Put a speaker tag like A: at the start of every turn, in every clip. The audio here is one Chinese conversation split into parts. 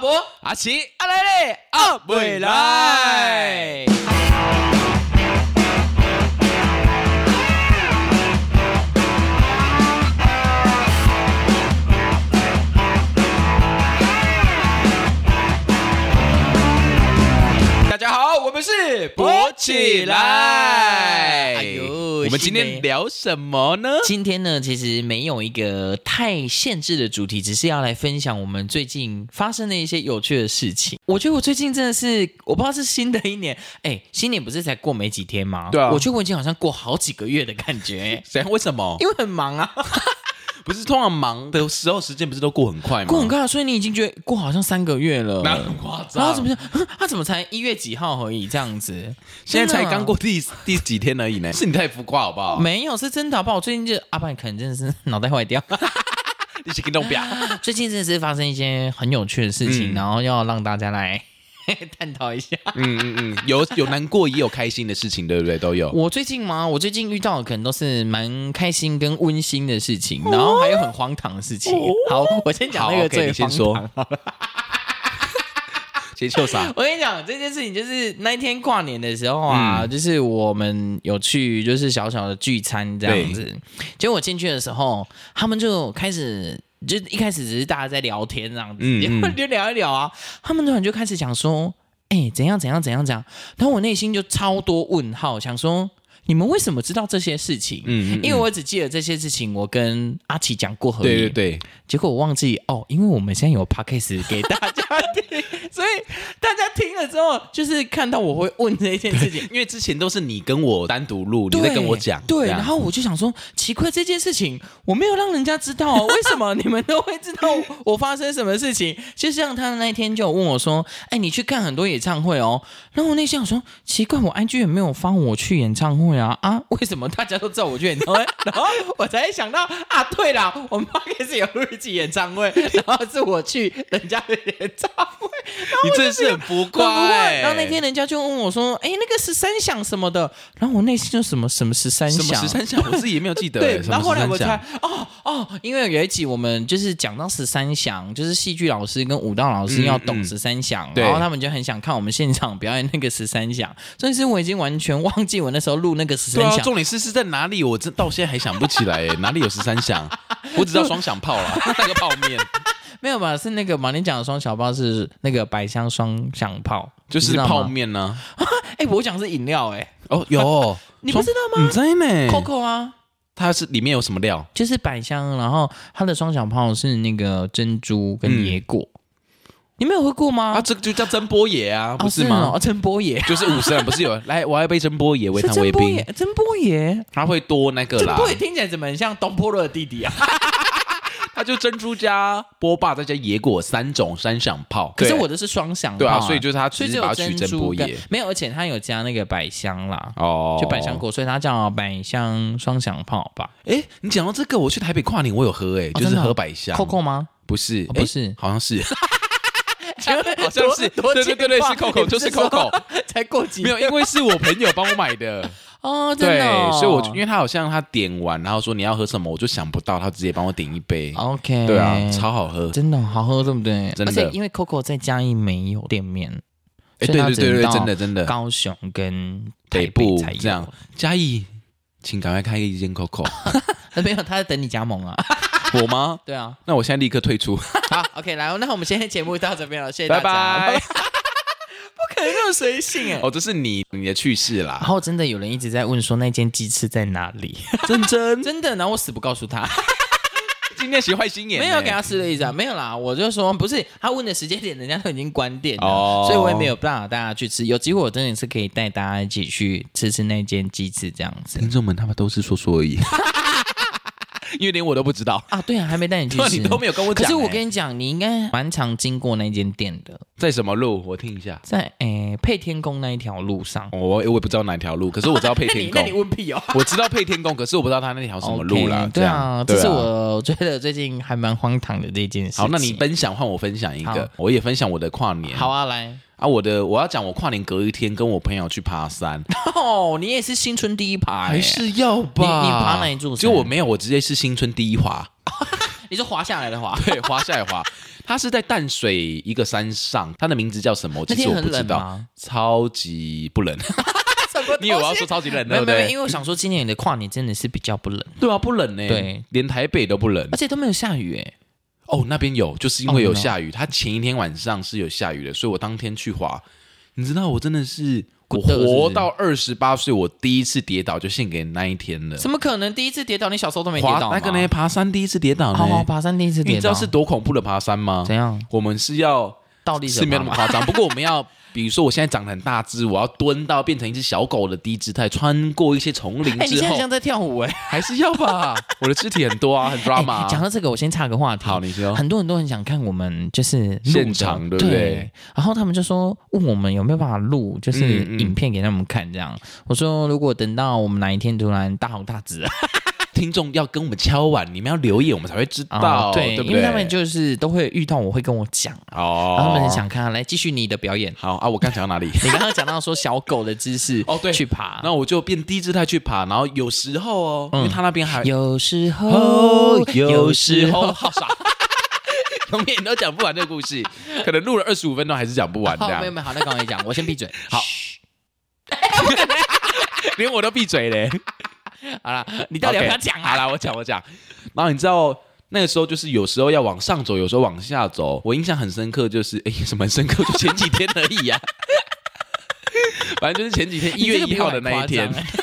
A: 伯
B: 阿奇
A: 阿来嘞，阿未来。大家好，我们是
B: 勃起来。
C: 哎呦
B: 我们今
C: 是
B: 天
C: 嘞
B: 聊什么呢？
C: 今天呢，其实没有一个太限制的主题，只是要来分享我们最近发生的一些有趣的事情。我觉得我最近真的是，我不知道是新的一年，哎，新年不是才过没几天吗？
B: 对啊，
C: 我觉得我已经好像过好几个月的感觉
B: 谁？为什么？
C: 因为很忙啊，
B: 不是通常忙的时候，时间不是都过很快吗？
C: 过很快啊，所以你已经觉得过好像三个月了，
B: 那很夸张
C: 然后怎么想，哼 他、怎么才一月几号而已这样子？
B: 现在才
C: 真的啊
B: 刚过第第几天而已呢？是你太浮夸好不好？
C: 没有，是真的好不好？我最近就阿爸，你可能真的是脑袋坏掉。
B: 你是给弄表。
C: 最近真的是发生一些很有趣的事情，
B: 嗯
C: 然后要让大家来 探讨一下。
B: 嗯嗯嗯，有有难过也有开心的事情，对不对？都有。
C: 我最近嘛，我最近遇到的可能都是蛮开心跟温馨的事情，然后还有很荒唐的事情。哦好，我先讲那
B: 好
C: 个
B: ，OK，
C: 最
B: 你先
C: 荒唐。
B: 说。先秀啥？
C: 我跟你讲这件事情，就是那一天跨年的时候啊，
B: 嗯
C: 就是我们有去就是小小的聚餐这样子。结果我进去的时候，他们就开始。就一开始只是大家在聊天这样子，
B: 嗯嗯
C: 就聊一聊啊。他们突然就开始讲说：“哎、怎样怎样怎样怎样。”然后我内心就超多问号，想说你们为什么知道这些事情？
B: 嗯嗯嗯
C: 因为我只记得这些事情我跟阿奇讲过而已。
B: 对对对，
C: 结果我忘记哦，因为我们现在有 podcast 给大家听， 所以大家听了之后，就是看到我会问这一件事情。
B: 因为之前都是你跟我单独录，你
C: 对
B: 在跟我讲，这
C: 对，
B: 样
C: 然后我就想说，奇怪，这件事情我没有让人家知道、哦，为什么你们都会知道我发生什么事情？就像他那一天就有问我说：“哎，你去看很多演唱会哦。”然后我内心想说，奇怪，我 IG 也没有发我去演唱会啊啊，为什么大家都知道我去演唱会？ 然后我才想到啊，对啦，我们 p o 是有录一集演唱会，然后是我去人家的演唱会，
B: 你真的是很浮
C: 怪
B: 夸欸。
C: 然后那天人家就问我说：“哎、那个十三响什么的？”然后我内心就什么什么十三
B: 什
C: 响，
B: 么十三项，我自己也没有记得。
C: 对
B: 什，么
C: 然后后来
B: 13
C: 我才
B: 项
C: 哦哦，因为有一集我们就是讲到十三响，就是戏剧老师跟舞蹈老师
B: 嗯
C: 要
B: 嗯
C: 懂十三响，
B: 对
C: 然后他们就很想看我们现场表演那个十三响，所以是我已经完全忘记我那时候录那个十
B: 对
C: 三
B: 啊，
C: 响。
B: 重点是是在哪里？我真到现在还想不起来欸，哪里有十三响？我只知道双响炮 啦，那个泡面
C: 没有吧？是那个马林讲的双小炮是那个百香双响炮，
B: 就
C: 你
B: 是
C: 知道吗
B: 泡。面呢。
C: 哎、我讲的是饮料、哎，
B: 哦，有，
C: 你不知道
B: 你
C: 吗
B: 在呢？
C: ？Coco 啊，
B: 它是里面有什么料？
C: 就是百香，然后它的双响炮是那个珍珠跟
B: 嗯
C: 椰果，你没有喝过吗？
B: 啊，这个就叫蒸波野啊，不
C: 哦
B: 是吗
C: 哦？珍波椰，
B: 就是五十人不 是有来，我要一杯蒸波野为
C: 是
B: 糖
C: 珍
B: 为
C: 波
B: 冰，
C: 椰，珍波椰，
B: 它会多那个
C: 珍
B: 啦
C: 波，椰听起来怎么很像东坡肉的弟弟啊？
B: 它就珍珠加波霸再加野果三种三响炮。
C: 可是
B: 对
C: 我的是双响炮，
B: 对啊，所以就是它只
C: 所以
B: 是
C: 只
B: 把它
C: 有
B: 取
C: 珍
B: 蒸
C: 珠
B: 波
C: 跟
B: 野
C: 没有，而且它有加那个百香啦，
B: 哦，
C: 就百香。果，所以它叫百香双响炮吧
B: 哎，你讲到这个，我去台北跨年我有喝，哎，就
C: 真
B: 是
C: 的哦
B: 喝百香
C: ？Coco 吗？
B: 不是，
C: 哦不
B: 诶
C: 是
B: 好像 是，
C: 好
B: 像是 对对对对是 Coco，就是 Coco
C: 才过几
B: 没有，因为是我朋友帮我买的，
C: 哦， 真
B: 对
C: 的哦，，
B: 所以我就因为他好像他点完，然后说你要喝什么，我就想不到，他直接帮我点一杯，
C: OK，
B: 对啊，超好喝，
C: 真的好喝，对不对？
B: 真的
C: 而且因为 Coco 在嘉义没有店面，
B: 哎，
C: 所以
B: 对
C: 它
B: 对
C: 只能
B: 对对，
C: 到
B: 真的真的，
C: 高雄跟
B: 北
C: 台
B: 部
C: 才有
B: 这样。嘉义，请赶快开一间 Coco，
C: 呃没有，他在等你加盟啊。
B: 我吗？
C: 对啊，
B: 那我现在立刻退出，
C: 好，OK，来，那我们今天节目到这边了，谢谢大
B: 拜
C: 家，
B: 拜。
C: 不可能那么随性哎。
B: 哦，这是你你的趣事
C: 然
B: 啦，
C: 后真的有人一直在问说那间鸡翅在哪里，
B: 真 真，
C: 真的，然后我死不告诉他，
B: 今天学坏心眼呢，
C: 没有给他吃了一张，没有啦，我就说不是，他问的时间点人家都已经关店了，
B: 哦
C: 所以我也没有办法带他去吃，有机会我真的是可以带大家一起去吃吃那间鸡翅这样子
B: 听众们，他们都是说说而 已，因为连我都不知道，
C: 啊，对啊，还没带你 去
B: 对啊
C: 吃，
B: 你都没有跟我讲
C: 可是我
B: 欸
C: 跟你讲，你应该蛮常经过那间店的，
B: 在什么路，我听一下。哦
C: 在诶、配天宫那一条路上。
B: 我我也不知道哪条路，可是我知道配天 宫。
C: 问屁哦！
B: 我知道配天宫，可是我不知道他那条什么路啦。
C: o k 对啊，
B: 这
C: 这
B: 样
C: 是。
B: 对啊
C: 我觉得最近还蛮荒唐的这件事情。
B: 好，那你分享换我分享一个
C: 好，
B: 我也分享我的跨年。
C: 好啊，来
B: 啊，我的我要讲我跨年隔一天跟我朋友去爬山，
C: 哦，你也是新春第一排，
B: 还是要吧？
C: 你你爬哪一座山
B: 就我没有，我直接是新春第一滑，
C: 你是滑下来的滑，
B: 对，滑下来滑。它是在淡水一个山上，它的名字叫什么？
C: 那
B: 其
C: 天
B: 实我
C: 很
B: 不知
C: 冷
B: 道
C: 吗，
B: 超级不冷。 你以为我要说超级冷，
C: 哦没
B: 对
C: 有
B: 不
C: 没有，
B: 对
C: 因？为我想说今年的跨年真的是比较不冷，
B: 对啊，不冷呢、
C: 对，
B: 连台北都不 冷
C: 而。且都没有下雨哎。
B: 哦，那边有，就是因为有
C: 哦
B: 下雨，它前一天晚上是有下雨的，所以我当天去滑，你知道我真的是。我
C: 得是不是
B: 活到二十八岁，我第一次跌倒就献给那一天了。
C: 怎么可能？第一次跌倒，你小时候都没跌
B: 滑
C: 倒吗
B: 那个呢？？爬山第一次跌倒呢？
C: 好好，爬山第一次跌
B: 你
C: 倒，
B: 知道是多恐怖的爬山吗？
C: 怎样？
B: 我们是要
C: 倒立
B: 啊
C: 着
B: 是没有那
C: 爬
B: 么
C: 吗
B: 夸张，不过我们要，比如说我现在长得很大只，我要蹲到变成一只小狗的低姿态，穿过一些丛林
C: 哎，你
B: 之
C: 现
B: 后
C: 在，像在跳舞哎。
B: 还是要 吧。我的肢体很多啊，很 drama
C: 哎
B: 啊。
C: 讲到这个，我先岔个话题。
B: 好，你说。
C: 很多人都很想看我们就是录的
B: 现场对
C: 对
B: 不对
C: 然后他们就说问我们有没有办法录，就是
B: 嗯嗯
C: 影片给他们看这样。我说如果等到我们哪一天突然大红大紫啊，
B: 听众要跟我们敲碗，你们要留言，我们才会知道，
C: 啊哦对，
B: 不对？
C: 因为他们就是都会遇到我，会跟我讲，啊
B: 哦，
C: 然后他们很想看。啊来，继续你的表演。
B: 好啊，我刚讲到哪 里？
C: 你刚刚讲到说小狗的姿势
B: 哦对
C: 去爬
B: 然。后我就变低姿态去爬，然后有时候哦，因为他那边还
C: 嗯
B: 哦
C: 有时候，有时候，
B: 好傻， 永远都讲不完这个故事，可能录了二十五分钟还是讲不完这
C: 好，没有
B: 样，
C: 没有，好，那刚才讲，我先闭嘴。
B: 好
C: 嘘
B: 连我都闭嘴嘞。
C: 好了，你到底要不要
B: OK，
C: 讲
B: 好
C: 啊？
B: 啦，我讲我讲。然后你知道那个时候就是有时候要往上走，有时候往下走。我印象很深刻，就是哎，什么很深刻？就前几天而已呀、啊 反正就是前几天一
C: 你
B: 月
C: 这个
B: 一
C: 比我
B: 号
C: 还
B: 的那一天
C: 夸张，欸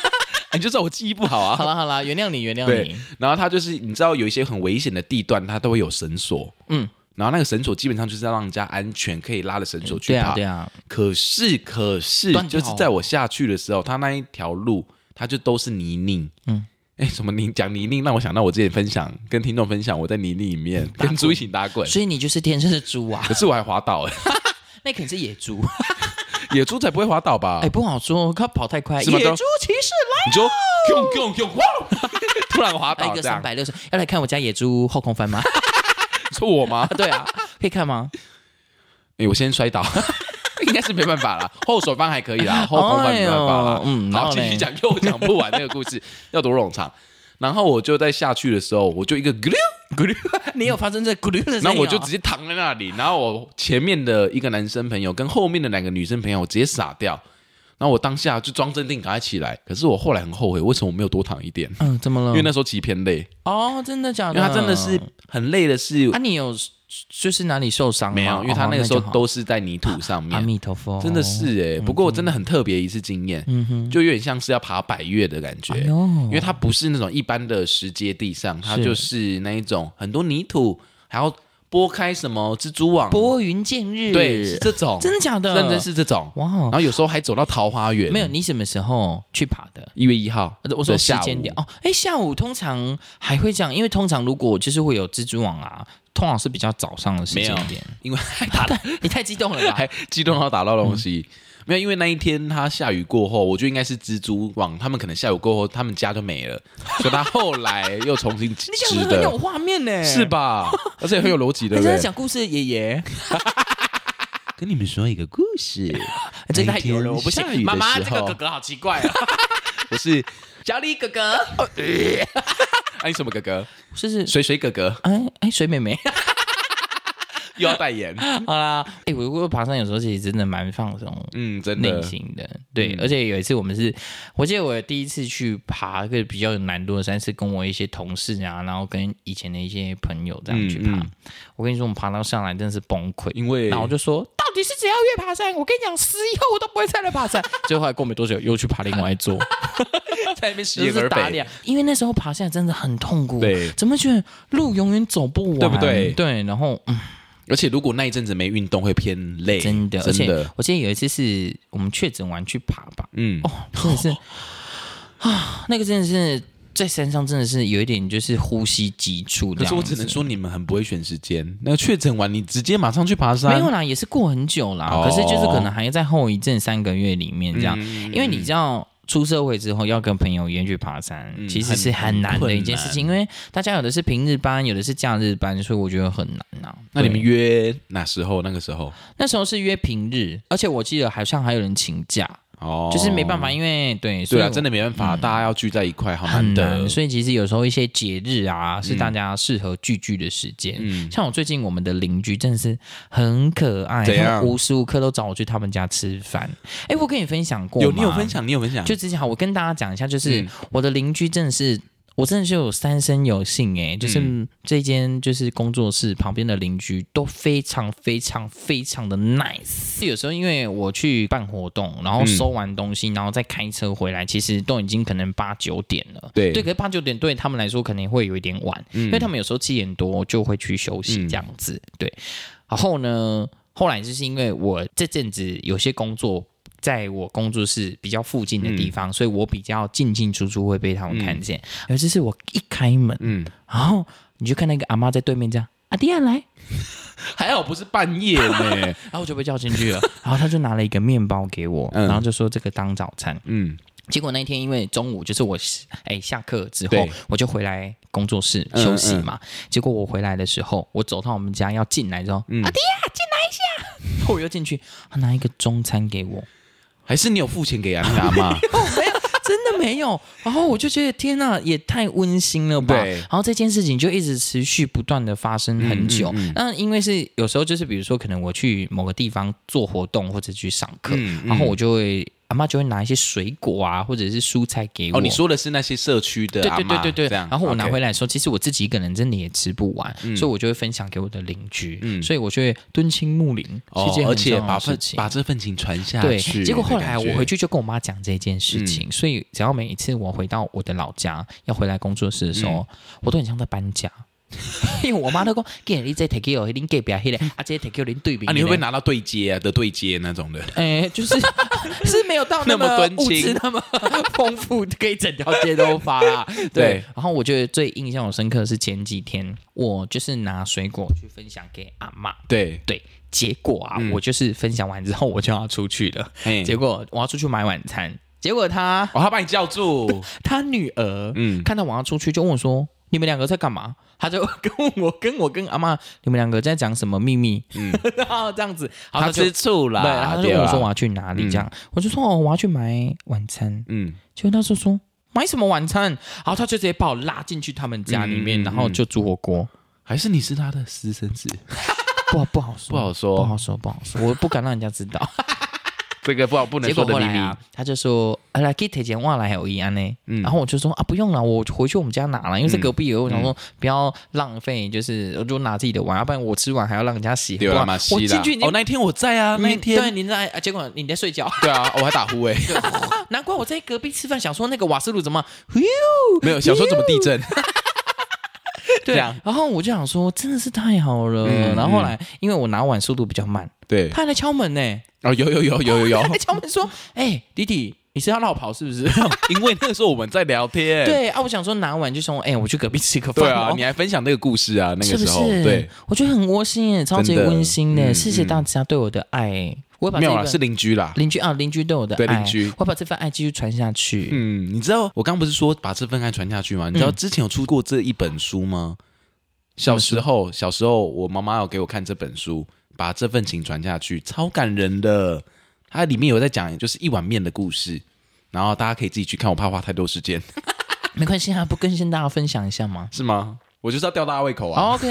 B: 你就知道我记忆不好啊。
C: 好了好了，原谅你，原谅
B: 对
C: 你。
B: 然后它就是你知道有一些很危险的地段，它都会有绳索，嗯
C: 嗯，
B: 然后那个绳索基本上就是要让人家安全可以拉着绳索去
C: 对
B: 爬，
C: 啊对啊，
B: 可是可是
C: 断
B: 就
C: 掉
B: 是在我下去的时候，它那一条路它就都是泥泞，嗯
C: 嗯。
B: 哎，什么泥讲泥泞，让我想到我之前分享跟听众分享，我在泥泞里 面跟猪一起打滚，
C: 所以你就是天生的猪 啊，
B: 可是我还滑 倒哎、
C: 那肯定是野猪。
B: 野猪才不会滑倒吧？
C: 哎、不好说，它跑太快。
B: 什么
C: 野
B: 都
C: 猪骑士
B: 你就用用用，哇 突然滑
C: 来
B: 倒
C: 哎一个
B: 这
C: 三
B: 样，
C: 百六十，要来看我家野猪后空 翻吗？
B: 是我吗？
C: 对啊，可以 看吗？
B: 哎、我先摔倒， 应该是没办法啦。后手翻还可以啦，后空翻没办法啦
C: 哎。呦哎嗯
B: 然后
C: 然后
B: 继
C: 嘞
B: 续讲，又讲不完那个故事，要多冗长。然后我就在下去的时候，我就一个 咕溜咕溜，
C: 你有发生这咕噜 的声音、
B: 然后我就直，接躺在那里。然后
C: 啊
B: 我前面的一个男生朋友跟后面的两个女生朋友，我直接傻掉。然后我当下就装镇定，赶快起来。可是我后来很后悔，为什么我没有多躺一点？
C: 嗯，怎么了？
B: 因为那时候其实偏累，
C: 哦，真的假的？
B: 因为他真的是很累的是
C: 啊，你有就是哪里受伤吗？
B: 没有，因为他
C: 哦
B: 那个时
C: 就
B: 候
C: 好啊
B: 都是在泥土上面
C: 阿。弥陀佛，
B: 真的是哎、
C: 嗯
B: 不过真的很特别一次经验，就有点像是要爬百越的感觉，
C: 哎呦
B: 因为它不是那种一般的石阶地上，它
C: 是
B: 就是那一种很多泥土，还要拨开什么蜘蛛网，
C: 拨云见日，
B: 对，是这种，
C: 真的假的？
B: 认真是这种，
C: 哇
B: 然
C: 哦，
B: 后有时候还走到桃花源，
C: 没有，你什么时候去爬的？
B: 一月一号
C: 呃我说
B: 的
C: 时
B: 下
C: 间点
B: 午，
C: 哦，哎，下午通常还会这样，因为通常如果就是会有蜘蛛网啊，通常是比较早上的时间点。
B: 因为还 打
C: 你太激动了吧？
B: 还激动到打到东西。
C: 嗯
B: 没有，因为那一天他下雨过后，我觉得应该是蜘蛛网，他们可能下雨过后，他们家就没 了，所以他后来又重新
C: 你讲
B: 织
C: 的很
B: 的。
C: 有画面呢，
B: 是？ 吧？而且很有逻辑，对
C: 他
B: 不
C: 在
B: 对？
C: 讲故事，爷爷，，
B: 跟你们说一个故事
C: 哎这太牛了，我不
B: 下雨
C: 行。
B: 的
C: 妈妈，
B: 时
C: 这个
B: 候
C: 哥哥好奇怪 啊！
B: 我是
C: 小李哥哥，
B: 哦哎什么哥哥？
C: 是是，
B: 水水哥哥
C: 哎哎，水妹妹。
B: 又要代言，
C: 好啦，哎，我我爬山有时候其实真的蛮放松。
B: 嗯，真
C: 内
B: 的。
C: 心的对，
B: 嗯
C: 而且有一次我们是，我记得我第一次去爬一个比较有难度的山，是跟我一些同事啊，然后跟以前的一些朋友这样去爬。
B: 嗯嗯
C: 我跟你说，我们爬到上来真的是崩溃，
B: 因为
C: 然后我就说，到底是只要越爬山，我跟你讲，死以后我都不会再来 爬山。最后还过没多久，又去爬另外一座，
B: 在那边食
C: 就
B: 言
C: 是
B: 而
C: 打
B: 肥
C: 脸，因为那时候爬下来真的很痛苦，
B: 对
C: 怎么觉得路永远走不完，
B: 对不对
C: 对，然后嗯，
B: 而且如果那一阵子没运动，会偏累，
C: 真的，而
B: 真
C: 且
B: 的，
C: 我记得有一次是我们确诊完去爬吧，
B: 嗯，
C: 哦，真的是啊，那个真的是在山上真的是有一点就是呼吸急促
B: 可
C: 这样
B: 是
C: 子。
B: 我只能说，你们很不会选时间。那个确诊完，你直接马上去爬山，
C: 没有啦，也是过很久啦，
B: 哦
C: 可是就是可能还在后遗症三个月里面这样，
B: 嗯
C: 因为你知道。出社会之后要跟朋友约去爬山，
B: 嗯
C: 其实是
B: 很
C: 很难
B: 很
C: 的
B: 困
C: 一件事情，因为大家有的是平日班，有的是假日班，所以我觉得很难啊。
B: 那你们
C: 对
B: 约哪时候？那个时候
C: 那时候是约平日，而且我记得好像还有人请假，
B: 哦
C: 就是没办法，。因为对，所
B: 对
C: 以
B: 啊，
C: 我嗯
B: 真的没办法，大家要聚在一块，好
C: 很
B: 难
C: 难。
B: 得。
C: 所以其实有时候一些节日啊，是大家适合聚聚的时间。
B: 嗯
C: 像我最近我们的邻居真的是很可爱，
B: 怎样
C: 他们无时无刻都找我去他们家吃饭。哎，我跟你分享过吗
B: 有你有分？享，你有分享，
C: 就之前好，我跟大家讲一下，就是、
B: 嗯
C: 我的邻居真的是。我真的是有三生有幸哎、就是
B: 嗯
C: 这间就是工作室旁边的邻居都非常非常非常的 nice。有时候因为我去办活动，然后
B: 嗯
C: 收完东西，然后再开车回来，其实都已经可能八九点了。
B: 对
C: 对，可是嗯八九点对他们来说可能会有一点晚，因为他们有时候七点多就会去休息这样子。对，然后呢，后来就是因为我这阵子有些工作。在我工作室比较附近的地方，所以我比较进进出出会被他们看见。尤其是我一开门，
B: 嗯，
C: 然后你就看那个阿妈在对面这样，阿迪亚来，
B: 还好不是半夜呢。
C: 然后我就被叫进去了。 然后他就拿了一个面包给我，
B: 嗯
C: 然后就说这个当早餐。
B: 嗯，
C: 结果那天因为中午就是我哎下课之后
B: 对
C: 我就回来工作室
B: 嗯
C: 休息嘛，结果我回来的时候，我走到我们家要进来之后，
B: 嗯
C: 阿迪呀进来一下， 我又进去，他拿一个中餐 给我，
B: 还是你有付钱给阿阿 妈？
C: 真的没有，然后我就觉得天呐，也太温馨了吧！
B: 对
C: 然后这件事情就一直持续不断的发生很久。
B: 嗯嗯嗯
C: 那因为是有时候就是比如说可能我去某个地方做活动或者去上课，
B: 嗯嗯
C: 然后我就会阿妈就会拿一些水果啊或者是蔬菜给我。
B: 哦，你说的是那些社区的
C: 对
B: 阿
C: 对
B: 嬷
C: 对对对，
B: 这样。
C: 然后我拿
B: OK
C: 回来的时候，其实我自己一个人真的也吃不完，所以我就会分享给我的邻居，
B: 嗯
C: 所以我就会敦亲睦邻，是一
B: 哦而
C: 件，很重
B: 且
C: 要
B: 把
C: 的事
B: 份
C: 情。
B: 把这份情传下
C: 对，
B: 去。
C: 结果后来我回
B: 去，
C: 去就跟我妈讲这件事情，所以只要每一次我回到我的老家，要回来工作室的时候，我都很像在搬家，因为我妈都讲，给你这 take 哦，你给别迄个，啊，这 take 你对比
B: 啊，你会不会
C: 那
B: 拿
C: 个？
B: 到对接啊的对接那种的？
C: 哎、就是是没有到
B: 那么
C: 么
B: 敦
C: 物
B: 亲
C: 质 那么丰富，可以整条街都发啦。对
B: 对，
C: 然后我觉得最印象我深刻的是前几天，我就是拿水果去分享给阿妈，
B: 对，
C: 对，结果啊，
B: 嗯
C: 我就是分享完之后我就要出去了，
B: 嘿
C: 结果我要出去买晚餐，结果他
B: 哦，他把你叫 住，
C: 他女儿
B: 嗯，
C: 看到我要出去，就问我说：“你们两个在干嘛？”他就 跟我跟我跟阿妈，你们两个在讲什么秘密？嗯， 然后这样子，然后
B: 他
C: 就
B: 吃醋啦，
C: 对，然后他就
B: 对啊嗯
C: 问我说
B: 吧
C: 我要去哪里，这样、我就说哦，我要去买晚餐。
B: 嗯，
C: 结果他就说买什么晚餐，然后他就直接把我拉进去他们家里
B: 嗯
C: 面，
B: 嗯嗯
C: 然后就煮火锅。
B: 还是你是他的私生子？
C: 不好不好说，
B: 不好
C: 不
B: 说，
C: 好说，不好说，我不敢让人家知 道。
B: 这个不好不能
C: 结果
B: 说的
C: 后
B: 秘
C: 来
B: 密
C: 啊。，他就说：“啊，来，给推荐我来有一安呢。”
B: 嗯
C: 然后我就说：“啊，不用了，我回去我们家拿了，因为是
B: 嗯
C: 隔壁的。我想说不要浪费，就是我就拿自己的碗，要不然我吃完还要让人家洗。
B: 对
C: 不然
B: 啊，马西
C: 我
B: 啦
C: 进去你
B: 哦，那一天我在啊，那一天
C: 对你在，啊结果你在睡觉， 啊
B: 对啊，我还打呼 哎，
C: 难怪我在隔壁吃饭，想说那个瓦斯炉怎么
B: 没有想说怎么地 震，这
C: 对
B: 样
C: 然后我就想说，真的是太好了。
B: 嗯
C: 然后后来，因为我拿碗速度比较慢，
B: 对，
C: 他还来敲门呢、
B: 哦，有有有有有 有
C: 他，还敲门说：“哎、弟弟，你是要绕跑是不是
B: 因为那个时候我们在聊？”天，
C: 对啊，我想说拿碗就说：“哎、我去隔壁吃个饭、
B: 对
C: 哦。
B: 啊，你还分享那个故事啊，那
C: 是
B: 个
C: 不
B: 时
C: 是
B: 候？对，，
C: 我觉得很窝心耶，超级
B: 真的
C: 温馨的，
B: 嗯
C: 谢谢大家对我的爱耶。我会把
B: 没
C: 这
B: 有啦，啊
C: 份
B: 是邻居啦。
C: 邻居啊，邻居对我的爱，
B: 对邻居
C: 我会把这份爱继续传下去。
B: 嗯，你知道我刚不是说把这份爱传下去吗？你知道之前有出过这一本书吗？小时候，小时候我妈妈有给我看这本书，把这份情传下去，超感人的。它里面有在讲就是一碗面的故事，然后大家可以自己去看，我怕花太多时间，
C: 没关系啊，不更新大家分享一下吗？
B: 是吗？我就是要吊大家胃口啊！
C: OK，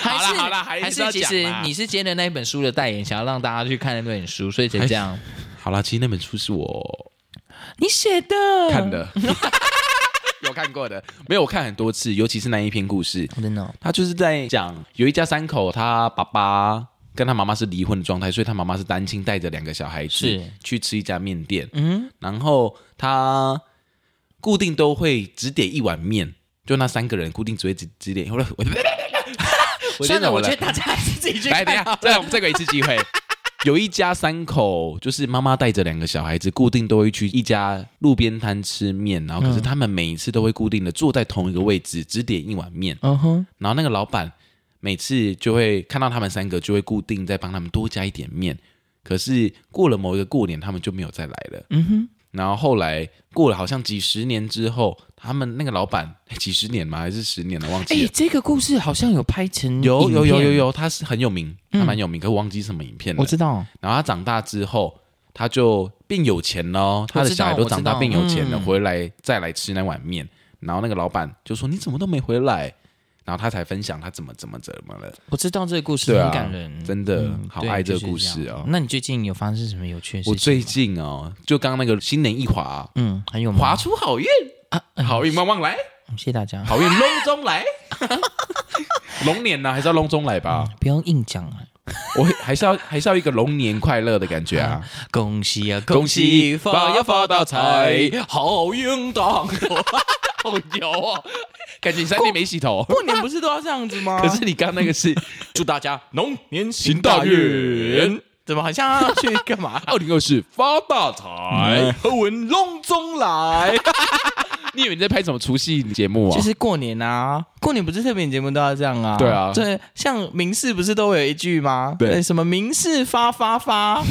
C: 还是
B: 好啦还是
C: 还
B: 要
C: 是
B: 讲
C: 其实
B: 啦
C: 你是接了那一本书的代言，想要让大家去看那本书，所以才这样。
B: 好啦，其实那本书是我
C: 你写的，
B: 看的， 有看过的，没有我看很多次，尤其是那一篇故事，
C: 真的哦
B: 他就是在讲有一家三口，他爸爸跟他妈妈是离婚的状态，所以他妈妈是单亲带着两个小孩子
C: 是
B: 去吃一家面店，
C: 嗯，
B: 然后他固定都会只点一碗面，就那三个人固定只会只只点。我我我
C: 算了，我
B: 我
C: 觉得大家还是自己去
B: 来，
C: 看
B: 等一下，再再给我一次机会。 有一家三口，就是妈妈带着两个小孩子，固定都会去一家路边摊吃面，然后
C: 嗯
B: 可是他们每一次都会固定的坐在同一个位置，只点一碗面。
C: 嗯哼，
B: 然后那个老板每次就会看到他们三个，就会固定再帮他们多加一点面。可是过了某一个过年，他们就没有再来了。
C: 嗯哼，
B: 然后后来过了好像几十年之后，他们那个老板哎几十年吗？还是十年了？忘记
C: 哎
B: 了。，
C: 这个故事好像有拍成
B: 有有
C: 影
B: 有
C: 片
B: 有，有，他是很有名，他蛮有名，可我忘记什么影片了
C: 我。知道，
B: 然后他长大之后，他就变有钱了哦，他的小孩都长大
C: 我知道
B: 变有钱了，
C: 嗯
B: 回来再来吃那碗面。然后那个老板就说：“你怎么都没回来？”然后他才分享他怎么怎么怎么了，
C: 我知道这个故事
B: 对啊
C: 很感人，
B: 真的
C: 嗯
B: 好
C: 对
B: 爱这个
C: 就是
B: 故事
C: 样
B: 哦
C: 那你最近有发生什么有趣的事情
B: 我
C: 吗？
B: 最近哦，就刚刚那个新年一滑，
C: 嗯很有吗
B: 滑出好运，
C: 啊
B: 好运旺旺 来，
C: 嗯谢谢大家，
B: 好运隆中来。 龙年呢、还是要隆中来吧？
C: 不要硬讲啊！
B: 我还是要还是要一个龙年快乐的感觉啊！
C: 恭喜啊，
B: 恭喜
C: 发呀发大财！
B: 好运 当，好牛
C: 啊
B: 哦！感觉你三天没洗头，
C: 过年不是都要这样子吗？
B: 可是你刚刚那个 是
C: 祝大家龙年
B: 行大运，？
C: 怎么好像要去干嘛
B: 二零二四发大财，
C: 何文 隆中来，
B: 你以为你在拍什么除夕节目啊
C: 就？是过年啊！过年不是特别节目都要这样啊？
B: 对啊
C: 对，像明视不是都会有一句吗？
B: 对
C: 什么明视发发 发，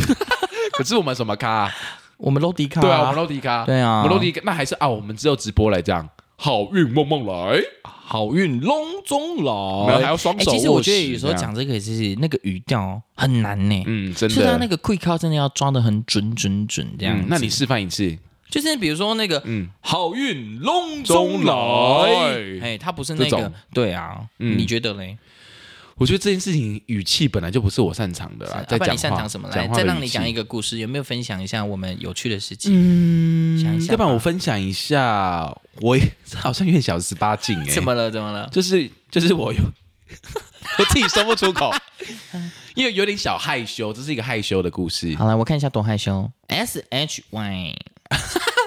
B: 可是我们什么咖啊？
C: 我们 low 迪卡，
B: 对啊，我们落地咖，
C: 对啊
B: 我们落地咖，那还是啊，我们只有直播来这样，好运梦梦来，
C: 好运隆中
B: 然后还
C: 来。
B: 要双
C: 哎，
B: 手
C: 其实我觉
B: 握
C: 得
B: 实
C: 有时候
B: 这样
C: 讲这个也是那个语调很难呢，
B: 嗯，真
C: 就是他那
B: 的，
C: 个 quick call 真的要抓的很准准准这样子
B: 嗯，。那你示范一次，
C: 就是比如说那个
B: 嗯，
C: 好运隆
B: 中来
C: 哎，他不是那
B: 这
C: 个
B: 种，
C: 对啊，
B: 嗯
C: 你觉得嘞？
B: 我觉得这件事情语气本来就不是我擅长的啦，啊在
C: 啊要不
B: 讲
C: 然
B: 话，
C: 你擅长什么？来，
B: 讲话
C: 再
B: 的
C: 让
B: 语
C: 你
B: 气
C: 讲一个故事，有没有分享一下我们有趣的事情？想一
B: 嗯，
C: 下
B: 要不然
C: 吧
B: 我分享一下，我也好像有点小十八禁哎、
C: 怎么了？怎么了？
B: 就是就是我有， 我自己说不出口，因为有点小害羞，这是一个害羞的故事，
C: 好了，我看一下多害羞。S H Y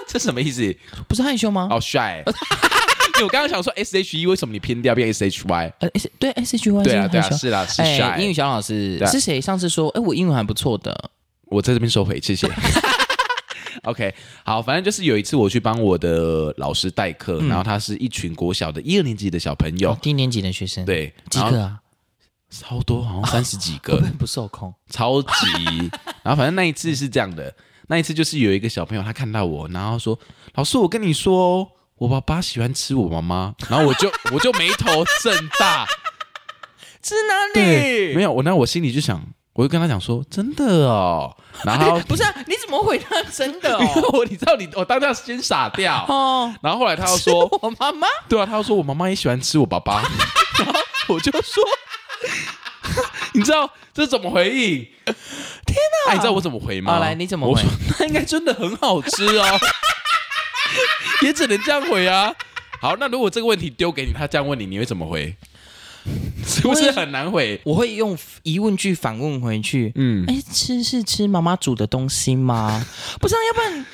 B: 这什么意思？
C: 不是害羞吗？
B: 好 帅、因为我刚刚想说 S H E 为什么你偏掉变 S H Y？
C: 呃，S 对 S H Y
B: 对啊，
C: 害
B: 对啊，
C: 羞。
B: 是啦，是
C: 哎，英
B: shy。
C: 语小老师
B: 对啊
C: 是谁？上次说，哎，我英文还不错的。
B: 我在这边收回，谢 谢。OK，好，反正就是有一次我去帮我的老师代课，然后他是一群国小的一二年级的小朋友
C: 嗯哦，低年级的学生，，
B: 对，
C: 几
B: 然后
C: 个啊？
B: 超多，好像三十几
C: 会
B: 个
C: 不，会不受控？
B: 超级。然后反正那一次是这样的，那一次就是有一个小朋友他看到我，然后说：“老师，我跟你说哦，我爸爸喜欢吃我妈妈。” 然后我就我就眉头正大，
C: 是哪
B: 对，没有我，那我心里就想，我就跟他讲说：“真的哦。”然后
C: 不是啊？你怎么回答真 的
B: 因为
C: 哦？
B: 我你知道你我当下先傻 掉，
C: 哦，
B: 然后后来他又 说：“
C: 我妈妈
B: 对啊，他就说我妈妈也喜欢吃我爸爸， 然后我就说， 你知道这是怎么回应？天哪、你知道我怎么回吗？
C: 啊来你怎么回
B: 我说那应该真的很好吃哦， 也只能这样回啊。好，那如果这个问题丢给你，他这样问你，你会怎么回？是不是很难回？
C: 我会用疑问句反问回去。
B: 嗯，
C: 哎，吃是吃妈妈煮的东西吗？ 不是、啊，要不然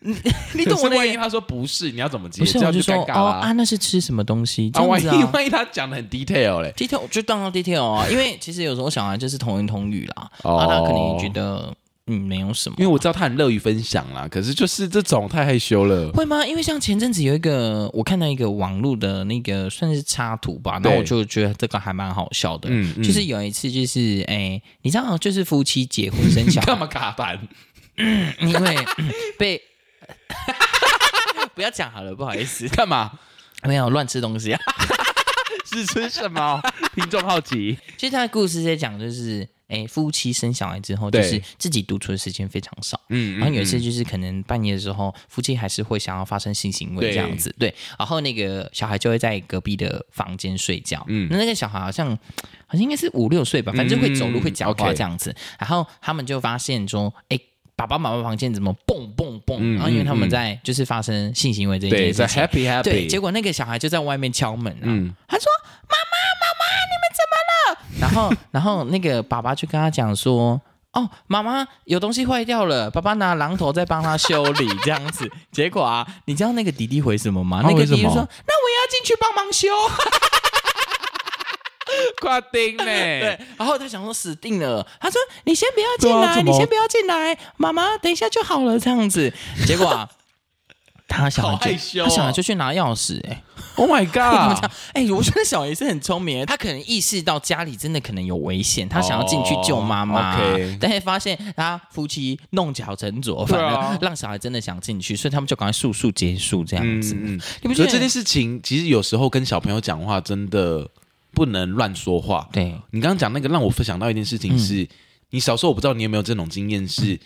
C: 你你懂我
B: 可是
C: 的
B: 万一
C: 意思。
B: 他说不是，你要怎么接？
C: 不是，
B: 这
C: 我
B: 样
C: 就说
B: 尴尬
C: 哦
B: 啦
C: 啊，。那是吃什么东西？这
B: 啊，
C: 样
B: 万
C: 子
B: 一
C: 啊。
B: 万一他讲的很 detail 嘞，
C: detail 就当到 detail 啊，因为其实有时候小孩就是童言童语啦，
B: 哦
C: 啊，他可能也觉得嗯没有什么。
B: 因为我知道他很乐于分享啦，可是就是这种太害羞了。
C: 会吗？因为像前阵子有一个，我看到一个网络的那个算是插图吧，然
B: 对
C: 后我就觉得这个还蛮好笑的。
B: 嗯嗯
C: 就是有一次，就是哎、你知道，就是夫妻结婚生
B: 你
C: 小孩，
B: 干嘛卡板？
C: 因为、嗯被 不要讲好了，不好意思，
B: 干嘛？
C: 没有乱吃东西啊。
B: 是吃什么？ 听众好奇。
C: 其实他的故事在讲，就是哎，夫妻生小孩之后，就
B: 对
C: 是自己独处的时间非常少。
B: 嗯
C: 然后有一次就是可能半夜的时候，夫妻还是会想要发生性行为
B: 对
C: 这样子，对。然后那个小孩就会在隔壁的房间睡觉，嗯
B: 嗯，
C: 那那个小孩好像好像应该是五六岁吧，反正就会走路
B: 嗯
C: 会讲话
B: OK
C: 这样子。然后他们就发现说，哎。爸爸妈妈房间怎么蹦蹦蹦？
B: 嗯
C: 然后因为他们
B: 嗯嗯
C: 在就是发生性行为这一件
B: 对，
C: 事
B: 在
C: 情，
B: Happy Happy。
C: 对，结果那个小孩就在外面敲门、啊，
B: 嗯
C: 他说：“妈妈，妈妈，你们怎么了？”然后， 然后那个爸爸就跟他讲说：“哦，妈妈有东西坏掉了，爸爸拿榔头在帮他修理，这样子。”结果啊，你知道那个弟弟回什么吗？
B: 他
C: 那个
B: 回什
C: 弟
B: 么
C: 弟说：“那我也要进去帮忙修。
B: 挂丁呢？”
C: 对，然后他想说死定了，他说：“你先不要进来，
B: 对啊怎
C: 你
B: 么
C: 先不要进来，妈妈等一下就好了。”这样子， 结果啊。他小
B: 好
C: 孩
B: 害
C: 就
B: 羞哦
C: 他小孩就去拿钥匙、哎，
B: ，Oh my
C: 我讲
B: God！
C: 哎、我觉得小姨是很聪明的，她可能意识到家里真的可能有危险，她想要进去救妈妈，
B: 哦，OK
C: 但是发现她夫妻弄巧成拙，
B: 对
C: 反
B: 啊
C: 正让小孩真的想进去，所以他们就赶快速速结束这样
B: 嗯
C: 子。
B: 嗯，
C: 你不
B: 我觉
C: 觉得
B: 得这件事情其实有时候跟小朋友讲话真的不能乱说话。
C: 对，嗯
B: 你刚刚讲那个让我分享到一件事情是，你小时候我不知道你有没有这种经验是。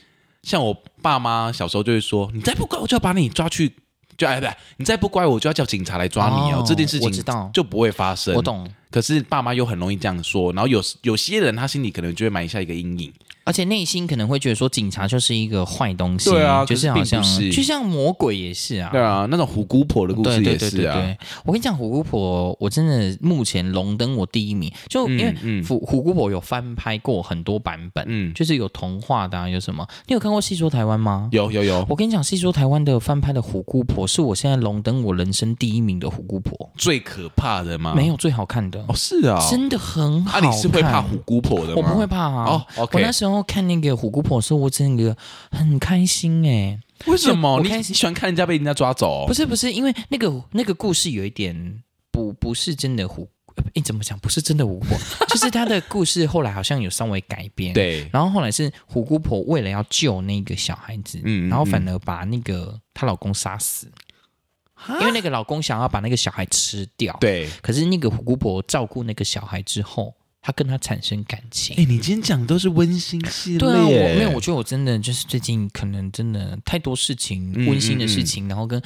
B: 像我爸妈小时候就会说，你再不乖，我就要把你抓去，就哎不对，你再不乖，我就要叫警察来抓你哦。
C: 哦
B: 这件事
C: 我知道
B: 情就不会发生。
C: 我。懂。
B: 可是爸妈又很容易这样说，然后有有些人他心里可能就会埋下一个阴影。
C: 而且内心可能会觉得说，警察就是一个坏东西，
B: 对啊
C: 就
B: 可
C: 好像
B: 是并不是
C: 就像魔鬼也是啊，
B: 对啊，那种虎姑婆的故
C: 对
B: 事
C: 对
B: 也
C: 对
B: 是
C: 对
B: 啊。
C: 对，我跟你讲，虎姑婆，我真的目前荣登我第一名，就因为
B: 嗯嗯
C: 虎、虎姑婆有翻拍过很多版本，
B: 嗯，
C: 就是有童话的、啊，有什么？你有看过《戏说台湾》吗？
B: 有有有，
C: 我跟你讲，《戏说台湾》的翻拍的虎姑婆是我现在荣登我人生第一名的虎姑婆，
B: 最可怕的吗？
C: 没有最好看的，
B: 啊哦，是啊。
C: 真的很好
B: 啊，
C: 看。
B: 你是会怕虎姑婆的吗？
C: 我不会怕啊。
B: 哦，OK
C: 我那时候看那个虎姑婆的时候，我真的很开心哎、
B: 为什么
C: 我
B: 你
C: 开
B: 你喜欢看人家被人家抓走？
C: 不是不是，因为那个那个故事有一点不不是真的虎，你怎么讲？不是真的虎姑婆， 就是他的故事后来好像有稍微改编。，
B: 对，
C: 然后后来是虎姑婆为了要救那个小孩子，
B: 嗯嗯
C: 然后反而把那个她老公杀死，因为那个老公想要把那个小孩吃掉。，
B: 对。
C: 可是那个虎姑婆照顾那个小孩之后，她跟他产生感情。
B: 哎，你今天讲的都是温馨系列，
C: 对啊，我没有，我觉得我真的就是最近可能真的太多事情，
B: 嗯
C: 温馨的
B: 嗯
C: 事情，然后跟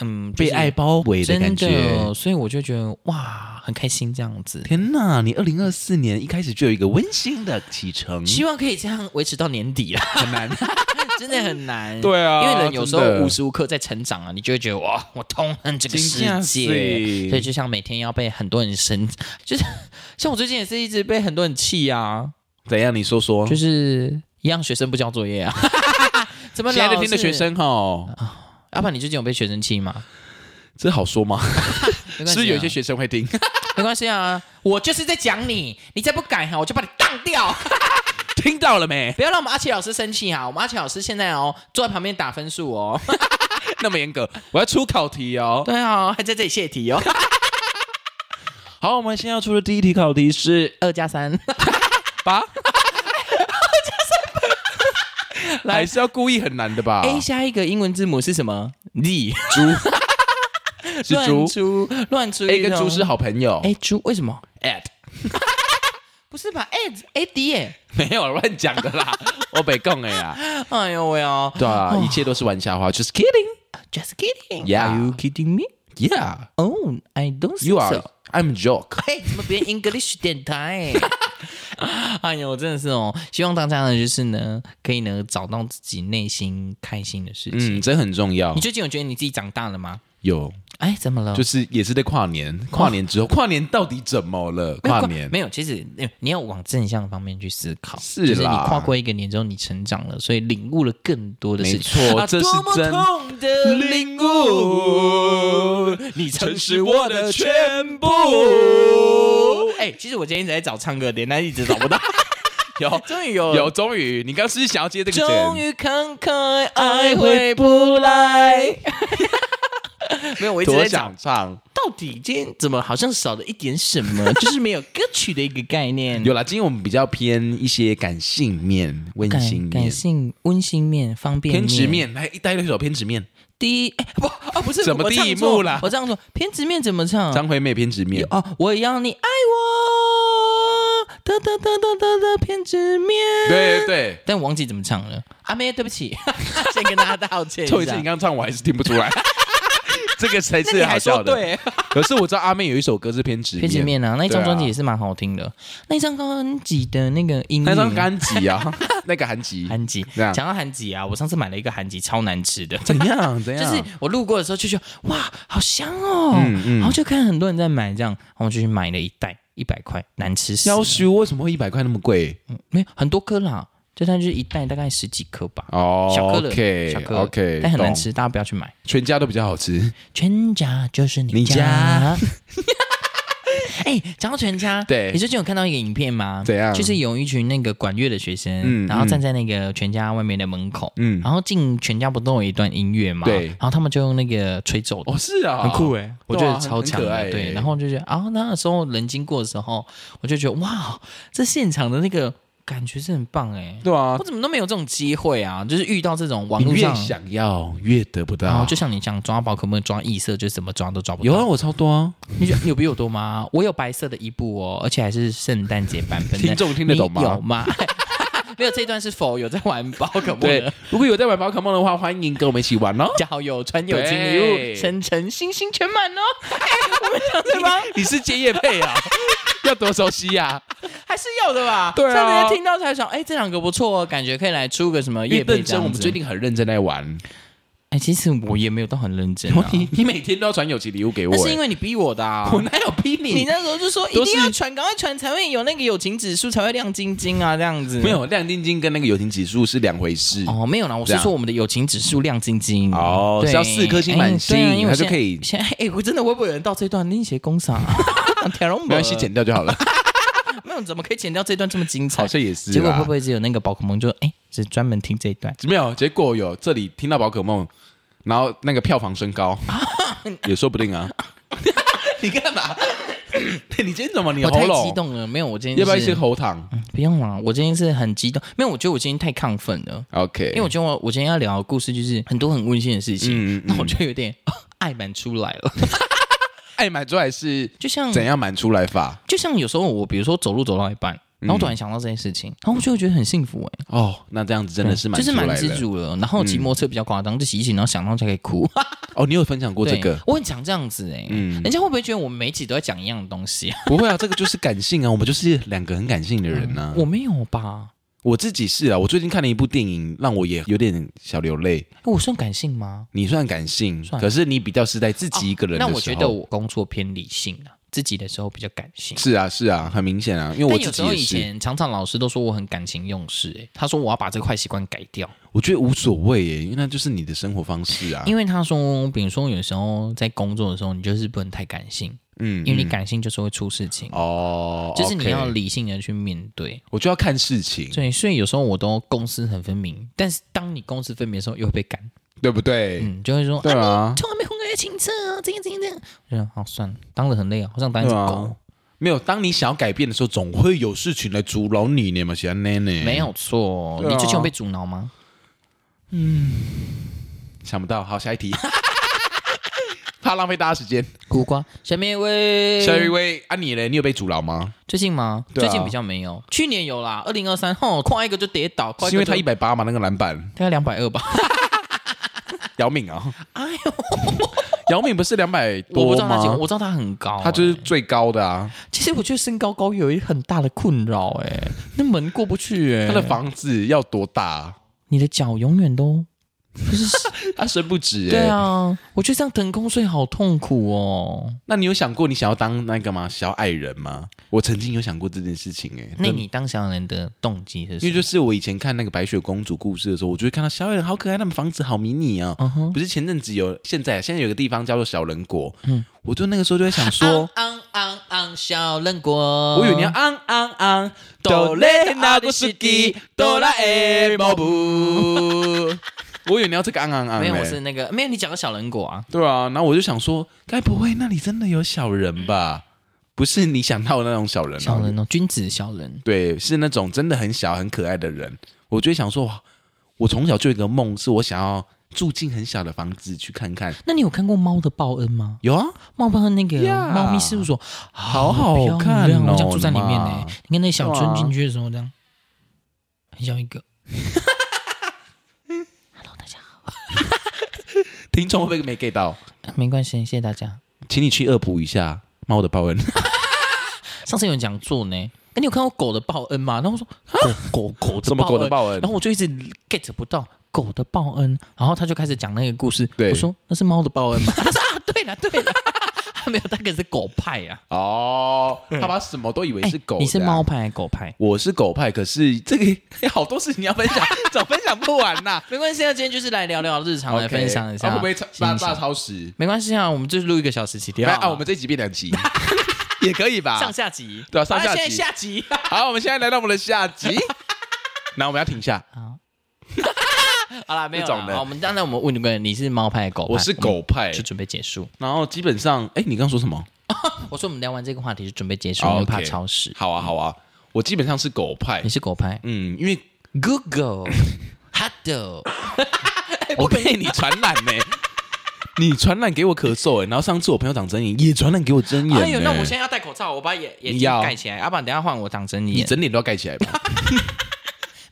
C: 嗯、就
B: 被
C: 是
B: 爱包围的
C: 真
B: 感觉。
C: 的，所以我就觉得哇，很开心这样子。
B: 天哪！你二零二四年一开始就有一个温馨的启程，
C: 希望可以这样维持到年底啦，很难， 真的很难。、
B: 对啊
C: 因为人有时候
B: 真的
C: 无时无刻在成长啊，你就会觉得哇，我痛恨这个世
B: 真的
C: 界。
B: 是
C: 所以就像每天要被很多人生，就是像我最近也是一直被很多人气啊，
B: 怎样？你说说。
C: 就是一样学生不交作业啊。 怎么
B: 亲爱的
C: 老
B: 听的
C: 是
B: 学？
C: 啊
B: 生哈，
C: 阿爸，你最近有被学生气吗？
B: 这好说吗？
C: 没关系
B: 是
C: 啊
B: 不是有一些学生会听？
C: 没关系啊，我就是在讲你，你再不改哈，我就把你当 掉。
B: 听到了没？
C: 不要让我们阿奇老师生气哈！我们阿奇老师现在哦坐在旁边打分数 哦，
B: 那么严格，我要出考题哦。
C: 对啊、还在这里泄题哦，
B: 好，我们先要出的第一题考题 是
C: 二加 三，
B: 八，还是要故意很难的吧
C: A 下一个英文字母是什么？Z，
B: 猪是
C: 乱
B: 猪
C: 出乱出
B: ，A 跟猪是
C: 好
B: 好朋友。
C: ，A 猪为什么？
B: at
C: 不是吧？A A D 耶，
B: 没有乱讲的 啦，我北共哎呀，
C: 哎呦喂哦
B: 对啊，一切都是玩笑话，just kidding，yeah，
C: ，Just kidding。
B: Yeah
C: Are you kidding me? Oh, I don't.
B: You
C: think
B: are.
C: so.
B: I'm a joke.
C: 嘿，怎么变 English 电台？ 哎呦，真的是哦！希望大家呢，就是呢，可以呢找到自己内心开心的事情。
B: 嗯，这很重要
C: 你。最近有觉得你自己长大了吗？
B: 有，
C: 哎，怎么了？
B: 就是也是在跨年，跨年之后，跨年到底怎么了？
C: 哦没有
B: 跨年
C: 没有，其实呃你要往正向方面去思考，
B: 是
C: 就是你
B: 啦
C: 跨过一个年之后，你成长了，所以领悟了更多的事
B: 没
C: 情。
B: 错
C: 啊
B: 这是
C: 多么
B: 真
C: 痛的领悟，你曾是我的全部。哎，其实我今天一直在找唱歌点，但一直找不 到。
B: 有
C: 终于有
B: 有，终于，你刚是不是想要接这个
C: 终
B: 梗？
C: 于看开，爱回不来。 没有，我一直
B: 多
C: 在讲，
B: 想唱。
C: 到底今天怎么好像少了一点什 么，就是没有歌曲的一个概念。
B: 有啦，今天我们比较偏一些感性面、温
C: 嗯感
B: 馨
C: 感
B: 面、
C: 性温馨面、方便
B: 偏执。面，哎来一带一首偏执面，
C: 第一，哎、不啊，不是
B: 怎么
C: 我唱
B: 第一幕
C: 错
B: 啦
C: 我这样说，偏执面怎么唱？
B: 张惠妹偏执面。
C: 哦，我要你爱我，哒哒哒哒哒哒，偏执面。
B: 对对。对，
C: 但我忘记怎么唱了，阿妹，对不起， 先跟大家道 歉一下。
B: 就一次你刚唱，我还是听不出 来，这个才
C: 啊那你
B: 是好
C: 还说
B: 笑的。
C: 对，
B: 可是我知道阿妹有一首歌是偏执
C: 偏执面啊，那一张专辑也
B: 是、
C: 是蛮好听的。那一张专辑的那个音乐，
B: 那张韩吉 啊，那个韩吉
C: 韩吉，
B: 这样
C: 讲到韩吉啊，我上次买了一个韩吉，超难吃的。
B: 怎样怎
C: 就
B: 样？
C: 是我路过的时候就觉得哇，好香哦，
B: 啊嗯嗯
C: 然后就看很多人在买这样，然后我就去买了一袋，一百块，难吃死了
B: 要，修为什么会一百块那么贵？
C: 嗯没有很多颗啦，就它就是一袋大概十几颗吧，
B: 哦
C: 小颗的
B: ，OK
C: 小颗
B: OK，
C: 但很难
B: 懂，
C: 吃，大家不要去买。
B: 全家都比较好吃。
C: 全家就是你
B: 你家。
C: 哎，讲到全家，
B: 对
C: 你最近有看到一个影片吗？
B: 怎样
C: 就是有一群那个管乐的学生，
B: 嗯
C: 然后站在那个全家外面的门口，
B: 嗯，
C: 然后进全家不都有一段音乐嘛？
B: 对
C: 然后他们就用那个吹奏的，
B: 哦是啊，
C: 很酷
B: 哎、
C: 哎、我觉
B: 对啊
C: 得超
B: 很
C: 强
B: 很可
C: 的。
B: 爱
C: 对，
B: 欸
C: 然后就觉得啊，那时候人经过的时候，我就觉得哇，这现场的那个感觉是很棒哎、
B: 对啊
C: 我，怎么都没有这种机会啊，就是遇到这种网
B: 你
C: 络
B: 越
C: 上。
B: 想要越得不
C: 然
B: 到，
C: 后就像你讲抓宝可梦抓异色，就是怎么抓都抓不到。
B: 有啊，我超多啊，
C: 你觉得你有比我多吗？我有白色的一部哦，而且还是圣诞节版本的。
B: 听众听得懂
C: 你有
B: 吗？
C: 吗？ 没有这一段是否有在玩宝可梦
B: 对
C: 的？，
B: 如果有在玩宝可梦的话，欢迎跟我们一起玩 哦。
C: 加油，穿友情礼
B: 对
C: 物，晨晨星星全满哦！我们讲什么？
B: 你是接叶配 啊？要多熟悉呀、啊！
C: 还是有的吧？
B: 对啊
C: 这样人家听到才想，哎，这两个不错哦，感觉可以来出个什么
B: 因为
C: 夜配
B: 认
C: 这
B: 真，
C: 样
B: 我们
C: 子
B: 最，近很认真在 玩。
C: 哎，其实我也没有到很认真啊，
B: 你你每天都要传友情礼物给我、 欸
C: 那是因
B: 为
C: 为你逼我的啊。
B: 我哪有逼你？
C: 你那时候就说一
B: 都是
C: 定要传，赶快传才会有那个友情指数，才会亮晶晶啊，这样子。
B: 没有亮晶晶跟那个友情指数是两回事。
C: 哦，没有啦，我
B: 这
C: 是
B: 样
C: 说我们的友情指数亮晶晶
B: 哦
C: 对
B: 是要四颗星满星
C: 哎对啊因为我
B: 它就
C: 现在
B: 可以
C: 现在哎，我真的会不会有人到这段另写啊工 厂？没
B: 没关系，剪掉就好 了。
C: 没有，怎么可以剪掉这段这么精彩
B: 好？像也是啦。
C: 结果会不会只有那个宝可梦就哎，只专门听这一段？
B: 没有？结果有这里听到宝可梦，然后那个票房升 高，也说不定啊。 你干嘛？你今天怎么你
C: 我
B: 喉
C: 太激
B: 咙？
C: 动了，没有，我今天
B: 要不嗯要一
C: 是
B: 些喉糖
C: 不用啦，我今天是很激动，没有，我觉得我今天太亢奋了，
B: ？OK，
C: 因为我觉得我我今天要聊的故事就是很多很温馨的事
B: 嗯
C: 情
B: 嗯嗯，
C: 那我就有点哦 爱满出来了，
B: 爱满出来是
C: 就像
B: 怎样满出来法？
C: 就像有时候我比如说走路走到一半，
B: 嗯
C: 然后突然想到这件事情，然后我就会觉得很幸福哎、
B: 哦，那这样子真的嗯是满
C: 就
B: 出
C: 是
B: 来
C: 蛮
B: 了
C: 知足了。然后骑摩托车比较夸张，就洗一洗，然后想到才可以哭。
B: 哦，你有分享过这
C: 对
B: 个？
C: 我很常这样子哎、
B: 嗯
C: 人家会不会觉得我们每一集都在讲一样的东西啊？
B: 不会啊，这个就是感性啊，我们就是两个很感性的人呢、啊。
C: 我没有吧？
B: 我自己是啊，我最近看了一部电影，让我也有点小流泪。
C: 欸我算感性吗？
B: 你算感性，
C: 算哦
B: 可是你比较是在自己一个人的时
C: 那
B: 候。
C: 我觉得我工作偏理性啊，自己的时候比较感性。
B: 是啊，是啊，很明显啊，因为我
C: 但
B: 自
C: 有时
B: 己
C: 候
B: 也
C: 以
B: 是，
C: 前常常老师都说我很感情用事、欸，他说我要把这个坏习惯改掉，
B: 我觉得无所谓耶，因为那就是你的生活方式啊。
C: 因
B: 为
C: 为他说，比如说有时候在工作的时候，你就是不能太感性，
B: 嗯
C: 因为
B: 嗯
C: 你感性就是会出事情，
B: 哦，
C: 就是你
B: OK
C: 要理性的去面对。
B: 我就要看事情，
C: 对，所以有时候我都公私很分明，但是当你公私分明的时候，又会被赶，
B: 对不对？
C: 嗯，就会说，
B: 对啊
C: 你，从来没混过一情车啊，这样这样这样，我就好算了，当的很累啊，好想当一
B: 对
C: 只
B: 啊
C: 狗，。
B: 没有，当你想要改变的时候，总会有事情来阻挠你，你有没有喜欢奶奶？
C: 没，有错。
B: 嗯对啊
C: 你之前有被阻挠吗？
B: 想不到。好，下一题， 怕浪费大家时间。
C: 苦瓜，下面一位，
B: 下一位啊，你嘞？你有被阻挠吗？
C: 最近吗？
B: 对啊
C: 最近比较没有，去年有啦。二零二三，吼，跨一个就跌倒，跨
B: 是因
C: 一个
B: 为
C: 就
B: 他一百八嘛，那个篮板，
C: 大概两百二吧。
B: 姚明啊，
C: 哎呦，
B: 姚明不是两百
C: 我
B: 多
C: 不知道他几，
B: 吗
C: 我？知道他很高、
B: 他就是
C: 哎
B: 最高的啊，
C: 其实我觉得身高高有一很大的困扰，哎，那门过不去、哎，
B: 他的，房子要多大啊？
C: 你的脚永远都。
B: 他升不止
C: 对
B: 哎。
C: 啊，我觉得这样腾空睡好痛苦哦。
B: 那你有想过你想要当那个吗？小矮人吗？我曾经有想过这件事情哎。
C: 那
B: 但
C: 你当小人的动机是什
B: 因为
C: 么？
B: 就是我以前看那个白雪公主故事的时候，我就会看到小矮人好可爱，他们房子好迷你啊。
C: 嗯哼，
B: 不是前阵子有，现在现在有个地方叫做小人国，嗯，我就那个时候就在想
C: 啊
B: 说，
C: 昂昂昂，小人国。
B: 我以为你要昂昂昂，哆来那个是基哆啦 A 梦不， 我以为你要这个昂昂昂
C: 没
B: 嘞，
C: 有，我是那个没有，你讲个小人国啊。
B: 对啊，然后我就想说，该不会那里真的有小人吧？不是你想到的那种小人、啊，
C: 小人哦，君子小人。
B: 对，是那种真的很小很可爱的人。我就会想说，哇，我从小就有一个梦，是我想要住进很小的房子去看看。
C: 那你有看过《猫的报恩》吗？
B: 有啊，
C: 猫报恩那个
B: Yeah
C: 猫咪事务所
B: 好好看
C: 漂亮
B: 哦，
C: 我想住在里面呢、
B: 妈
C: 你看那小
B: 对
C: 春
B: 啊
C: 进去的时候，这样很像一个。Hello，大家好，
B: 听众会不会没 get 到？
C: 没关系，谢谢大家。
B: 请你去恶补一下《猫的报 恩》，
C: 上次有人讲座呢，哎、你有看过狗的报恩吗？然后 我说狗狗狗的
B: 什么
C: 报
B: 狗
C: 恩
B: 的报恩嗯
C: 然后我就一直 get 不到狗的报恩，然后他就开始讲那个故事。
B: 对
C: 我说那是猫的报恩吗？ 他说啊，对了对了， 他没有，他可是狗派呀、
B: 哦，他把什么都以为
C: 啊。
B: 是狗、
C: 哎你是猫。派还是狗派？
B: 我是狗派，可是这个 好多事情要分享，早分享不完呐、
C: 没关系啊，今天就是来聊聊日常，来
B: OK，
C: 分享一下。
B: 啊会不会超大
C: 欣赏
B: 大超时？
C: 没关系啊，我们就是录一个小时起跳
B: 来啊，我们这集变两 集也可以吧？
C: 上下集，
B: 对啊上下集
C: 啊现在下集。
B: 好，我们现在来到我们的下集，那我们要停下。
C: 好啦，没有
B: 这种
C: 啦
B: 的
C: 好我们当然我们问你们，你是猫派还是狗派？
B: 我是狗派
C: 我们嗯就准备结束。
B: 然后基本上，哎，你刚说什么？
C: 我说我们聊完这个话题就准备结束，
B: 哦
C: 因为怕
B: OK
C: 超时。
B: 好啊，好啊，我基本上是狗派
C: 你，是狗派
B: 嗯，因为
C: ，Google。哈的，哎
B: 我被你传染呢、 你传染给我咳嗽哎、然后上次我朋友长真眼也传染给我真眼、欸，
C: 哎呦，那我现在要戴口罩，我把眼眼
B: 你
C: 睛
B: 要
C: 盖起来，要不然等一下换我长针
B: 你
C: 眼。
B: 整脸都要盖起来吧？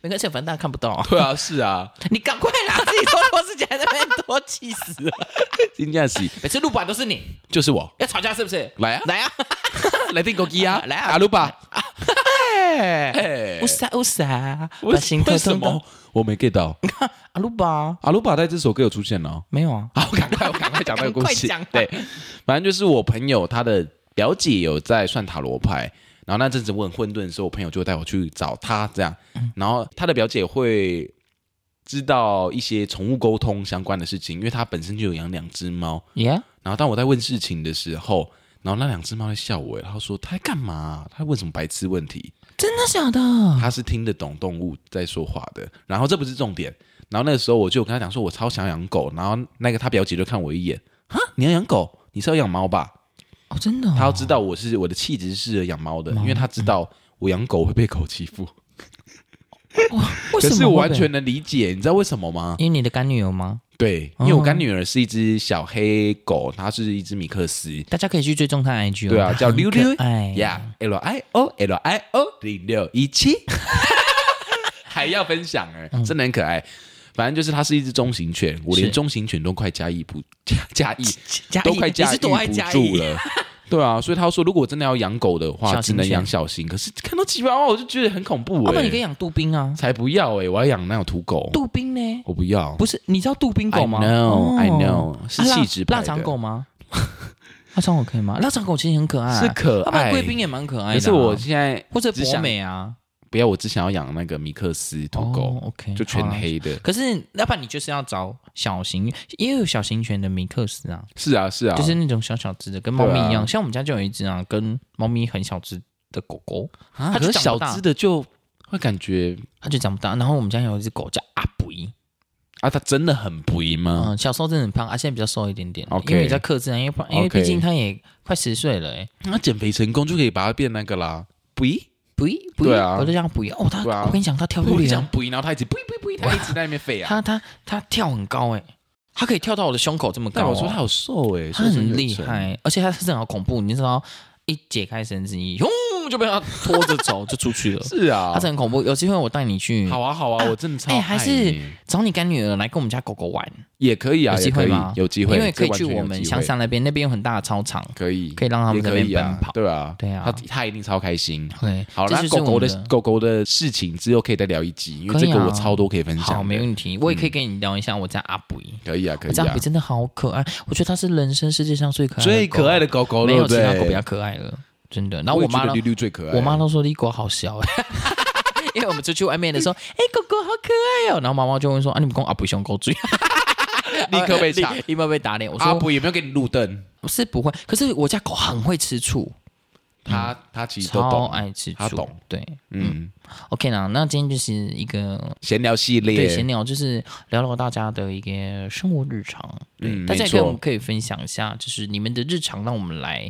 C: 没关系，反正大家看不到。
B: 对啊，是啊，
C: 你赶快拿自己偷偷事情在那边多，气 死了！
B: 今天是
C: 每次录版都是你，
B: 就是我
C: 要吵架是不是？
B: 来啊，
C: 来啊！
B: 来定狗鸡啊，
C: 来啊
B: 阿鲁 巴，
C: 哎，
B: 哎
C: 乌撒乌撒，把
B: 为
C: 心偷
B: 为
C: 偷
B: 什
C: 的
B: 么。我没 get 到？
C: 阿鲁巴
B: 阿鲁巴在这首歌有出现哦。
C: 没有啊？
B: 好，赶快，我赶 快讲那个啊故事
C: 赶。快
B: 对
C: 讲，
B: 反正就是我朋友他的表姐有在算塔罗牌，然后那阵子我很混沌的时候，我朋友就带我去找他这样。嗯然后他的表姐会知道一些宠物沟通相关的事情，因为她本身就有养两只猫。
C: 耶，
B: 然后当我在问事情的时候，然后那两只猫在笑我，然后说它在干嘛？它在问什么白痴问题？
C: 真的哦假的？
B: 它是听得懂动物在说话的。然后这不是重点。然后那个时候我就有跟他讲说，我超想养狗。然后那个他表姐就看我一眼，啊，你要养狗？你是要养猫吧？
C: 哦，真的哦。
B: 他要知道我是我的气质是适合养猫的，因为他知道我养狗会被狗欺负。
C: 哇
B: 可
C: 为什么
B: 是
C: 会
B: 我完全能理解，你知道为什么吗？
C: 因为你的干女友吗？
B: 对，因为
C: 哦
B: 我干女儿是一只小黑狗，它是一只米克斯。
C: 大家可以去追踪她的 IG 哦。
B: 对啊，
C: 她
B: 叫
C: 很
B: 溜溜
C: 可爱
B: 呀，L
C: 哎
B: I O L I O 零六一 七，还要分享哎、真的很可爱。反正就是它是一只中型犬，我连
C: 嗯是
B: 中型犬都快驾驭不驾驾驭，
C: 嘉义
B: 都快
C: 你
B: 驾
C: 是
B: 驭
C: 多爱
B: 不
C: 嘉
B: 住
C: 义？
B: 了。对啊，所以他说，如果我真的要养狗的话，
C: 小
B: 只
C: 型
B: 能养
C: 犬
B: 小型。可是看到吉娃娃，我就觉得很恐怖
C: 要不
B: 哎、
C: 然你可以养杜宾啊。
B: 才不要哎、我要养那种土狗，
C: 杜宾呢？
B: 我不要。
C: 不是，你知道杜宾狗吗
B: 哦 I know, I
C: 哦
B: know，是
C: 啊腊
B: 气质派
C: 腊
B: 的
C: 肠狗吗？ 腊肠狗可以吗？腊肠狗其实很可爱，啊
B: 是可
C: 要不然
B: 爱
C: 贵宾也蛮可爱的啊。
B: 可是我现在
C: 或者
B: 只
C: 博
B: 想
C: 美啊，
B: 不要，我只想要养那个米克斯土狗。
C: 哦 OK，
B: 就全
C: 好啦。
B: 黑的。
C: 可是，要不然你就是要找小型，也有小型犬的米克斯啊，
B: 是啊，是啊，
C: 就是那种小小只的，跟猫咪一
B: 对
C: 样。
B: 啊
C: 像我们家就有一只啊，跟猫咪很小只的狗狗，
B: 啊，
C: 它
B: 可
C: 就是长
B: 小
C: 不大
B: 只的就会感觉
C: 它就长不大。然后我们家有一只狗叫阿布伊，
B: 啊，它真的很不一吗？
C: 嗯，小时候真的很胖，啊，现在比较瘦一点点
B: OK
C: 因为比较克制啊，因为胖因为
B: OK
C: 毕竟它也快十岁了、欸，
B: 那减肥成功就可以把它变那个啦，不一，
C: 不一不一，
B: 对啊
C: 我就这样不一，哦，它、
B: 对啊
C: 我跟你讲，它跳
B: 我
C: 跃
B: 一
C: 力
B: 讲
C: 啊，
B: 不一，然后它一直不一不一不一，它一直在那边吠啊。
C: 它它它跳很高、欸，哎，它可以跳到我的胸口这么
B: 但
C: 高、
B: 我
C: 哦，
B: 说它好瘦哎，
C: 它
B: 瘦身有
C: 很厉
B: 成，
C: 害，而且它是真的好恐怖，你知道，一解开绳子，一轰就被它拖着走就出去 了，
B: 是
C: 它
B: 啊
C: 真，的很恐怖。有机会我带你去，
B: 好啊好啊，我真的超
C: 哎、
B: 爱
C: 还
B: 你
C: 是找你干女儿来跟我们家狗狗玩，
B: 也可以啊，
C: 有
B: 也
C: 机
B: 可
C: 会
B: 以
C: 吗？
B: 有机会，
C: 因为可以
B: 这完
C: 去
B: 全有
C: 我们
B: 机
C: 香
B: 会
C: 山那边，那边有很大的操场，
B: 可以
C: 可以让他
B: 也
C: 们在那
B: 可以
C: 边
B: 啊
C: 奔跑，。
B: 对啊
C: 对啊
B: 它它一定超开心。
C: 对，
B: 好，
C: 这
B: 那
C: 就是
B: 狗狗
C: 我们
B: 的狗狗的事情之后可以再聊一集，因为这
C: 可以
B: 个
C: 啊
B: 我超多可以分享的。
C: 好，没问题，我也可以跟你聊一下我家阿布伊。
B: 可以啊，可
C: 我
B: 以
C: 家阿
B: 啊
C: 布伊。真的好可爱，我觉得它是人生世界上最可爱的
B: 最
C: 狗
B: 可爱的狗狗，
C: 呃没有其
B: 对不
C: 他
B: 对
C: 狗比较可爱了，真的。然后
B: 我
C: 我
B: 也觉
C: 妈
B: 得
C: 都
B: 绿绿最可爱。
C: 我妈都说你狗好小哎、 因为我们出去外面的时候，哎、狗狗好可爱哦、然后妈妈就会说啊，你们跟阿布熊狗追，
B: 呃立刻 被
C: 立
B: 抢。
C: 立刻被打脸。我
B: 阿
C: 说
B: 布有没有给你路灯？
C: 不是不会，可是我家狗很会吃醋，
B: 他他其实都
C: 嗯超
B: 懂。
C: 爱吃醋，
B: 它懂
C: 对
B: 嗯，
C: ，OK 啦，那今天就是一个
B: 闲聊系
C: 对
B: 列
C: 闲，聊，就是聊聊大家的一个生活日常。对，
B: 嗯
C: 大家
B: 没
C: 也可以
B: 错
C: 我们可以分享一下，就是你们的日常，让我们来，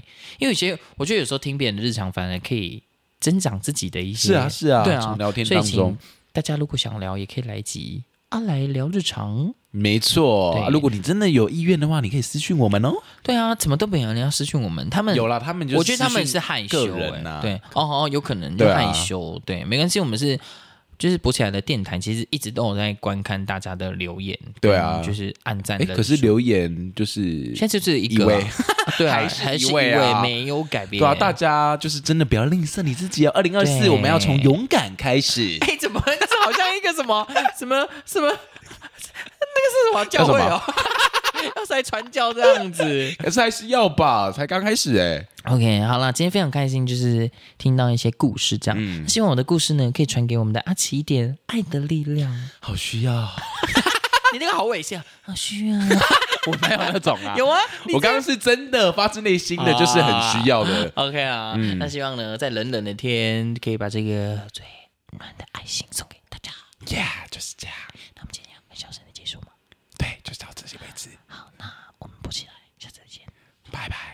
C: 因为有些我觉得有时候听别人的日常，反而可以增长自己的一些。
B: 是啊是啊，
C: 对啊
B: 从聊天
C: 所以
B: 当
C: 请
B: 中，
C: 大家如果想聊，也可以来一集啊，来聊日常。
B: 没错。
C: 对
B: 啊如果你真的有意愿的话，你可以私讯我们哦。
C: 对啊，怎么都没有人要私讯我们，他们
B: 有啦，他们就
C: 嗯我觉得他们
B: 私
C: 是
B: 讯
C: 害
B: 个
C: 羞、
B: 人
C: 欸
B: 呐，
C: 对，哦哦，有可能就
B: 对啊
C: 害羞，对没关系，我们是就是博起来的电台，其实一直都有在观看大家的留言，
B: 对啊
C: 就是暗赞
B: 哎，
C: 的，
B: 可是留言就是
C: 现在就是一
B: 一
C: 个啊、
B: 位，
C: 对啊，
B: 还是
C: 还
B: 一
C: 是
B: 位啊
C: 没有改变，
B: 对啊，大家就是真的不要吝啬你自己哦。二零二四，
C: 对
B: 我们要从勇敢开始。
C: 哎、怎么这好像一个什么 什么什么，那个是什么教会
B: 叫
C: 哦？ 要塞传教这样子。
B: 可是还是要吧，才刚开始哎。
C: OK，好啦，今天非常开心，就是听到一些故事这样。希望我的故事呢，可以传给我们的阿奇一点爱的力量。
B: 好需要，
C: 你那个好猥亵，好啊需要。
B: 我哪有那种啊？
C: 有啊，
B: 我刚刚是真的发自内心的，就是很需要的。
C: OK 啊，那希望呢，在冷冷的天，可以把这个最暖的爱心送给大家。
B: Yeah，就是这样。
C: 那我们今天要很小声的结束吗？
B: 对，就是到这些位置，
C: 我们不起来，下次再见。
B: 拜拜。